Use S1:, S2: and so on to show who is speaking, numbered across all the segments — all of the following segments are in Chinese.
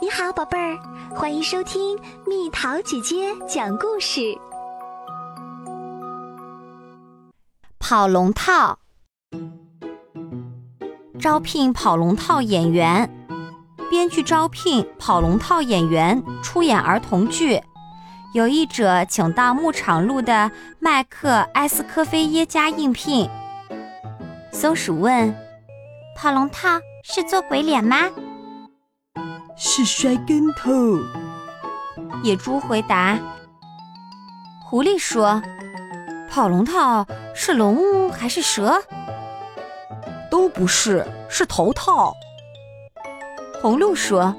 S1: 你好，宝贝儿，欢迎收听蜜桃姐姐讲故事。
S2: 跑龙套，招聘跑龙套演员，编剧招聘跑龙套演员出演儿童剧。有意者请到牧场路的麦克埃斯科菲耶家应聘。松鼠问：“跑龙套是做鬼脸吗
S3: 是摔跟头。？”
S2: 野猪回答。狐狸说：“跑龙套是龙还是蛇？”
S3: 都不是，是头套。
S2: 红鹿说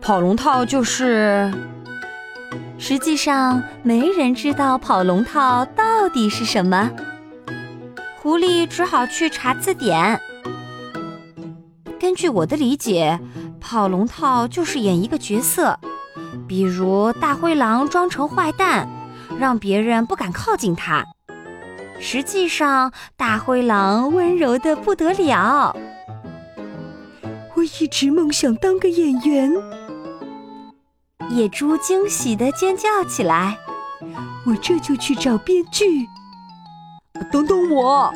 S3: 跑龙套就是：“
S2: 实际上，没人知道跑龙套到底是什么。”狐狸只好去查字典。根据我的理解，跑龙套就是演一个角色，比如大灰狼装成坏蛋，让别人不敢靠近他。实际上，大灰狼温柔的不得了。
S3: 我一直梦想当个演员，
S2: 野猪惊喜的尖叫起来。
S3: 我这就去找编剧。呃等等我，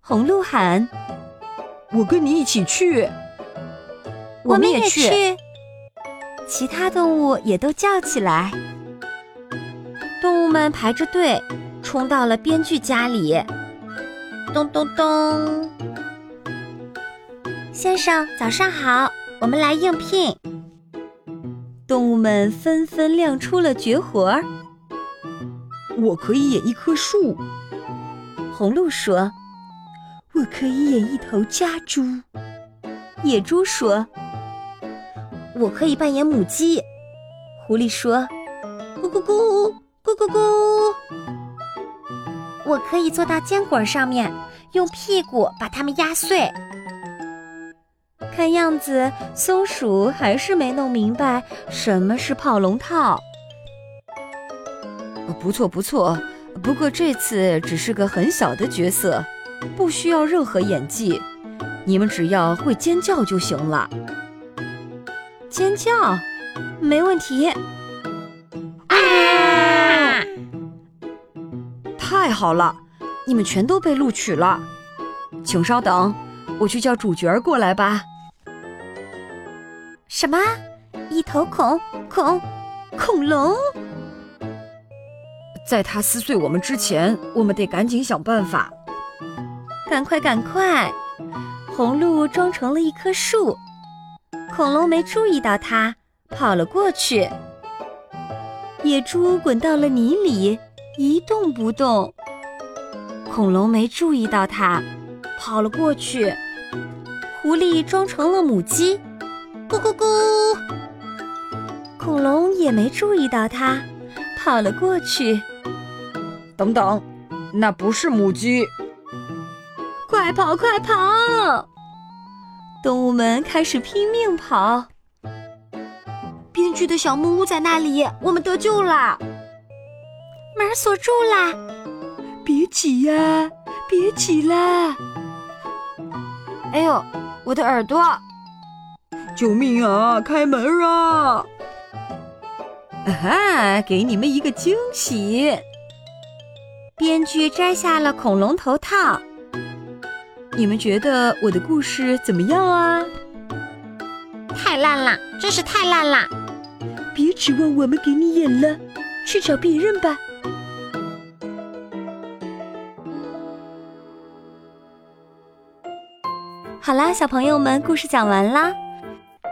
S2: 红鹿喊：“
S3: 我跟你一起去。
S2: 去。其他动物也都叫起来，动物们排着队冲到了编剧家里。咚咚咚！先生，早上好，我们来应聘。动物们纷纷亮出了绝活儿。
S3: 我可以演一棵树，
S2: 红鹿说
S3: 我可以演一头家猪，：“
S2: 野猪说，我可以扮演母鸡。”狐狸说：“咕咕咕，咕咕咕。”我可以坐到坚果上面，用屁股把它们压碎。看样子，松鼠还是没弄明白什么是跑龙套。
S3: 哦不错不错。不过这次只是个很小的角色，不需要任何演技，你们只要会尖叫就行了。
S2: 尖叫，没问题。啊
S3: 太好了，你们全都被录取了。请稍等，我去叫主角过来吧。
S2: 什么？一头恐恐恐龙？
S3: 在他撕碎我们之前，我们得赶紧想办法。
S2: 赶快，赶快！红鹿装成了一棵树，恐龙没注意到它，跑了过去。野猪滚到了泥里，一动不动。恐龙没注意到它，跑了过去。狐狸装成了母鸡，咕咕咕。恐龙也没注意到它，跑了过去。
S3: 等等，那不是母鸡，
S2: 快跑，快跑！动物们开始拼命跑。编剧的小木屋在那里，我们得救啦！门儿锁住啦！
S3: 别挤呀、别挤啦！
S2: 哎呦，我的耳朵！
S3: 救命啊！开门啊！啊哈，给你们一个惊喜！
S2: 编剧摘下了恐龙头套。
S3: 你们觉得我的故事怎么样啊？
S2: 太烂啦，真是太烂啦！
S3: 别指望我们给你演了，去找别人吧。
S2: 好啦，小朋友们，故事讲完啦。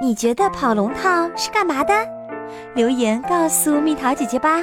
S2: 你觉得跑龙套是干嘛的？留言告诉蜜桃姐姐吧。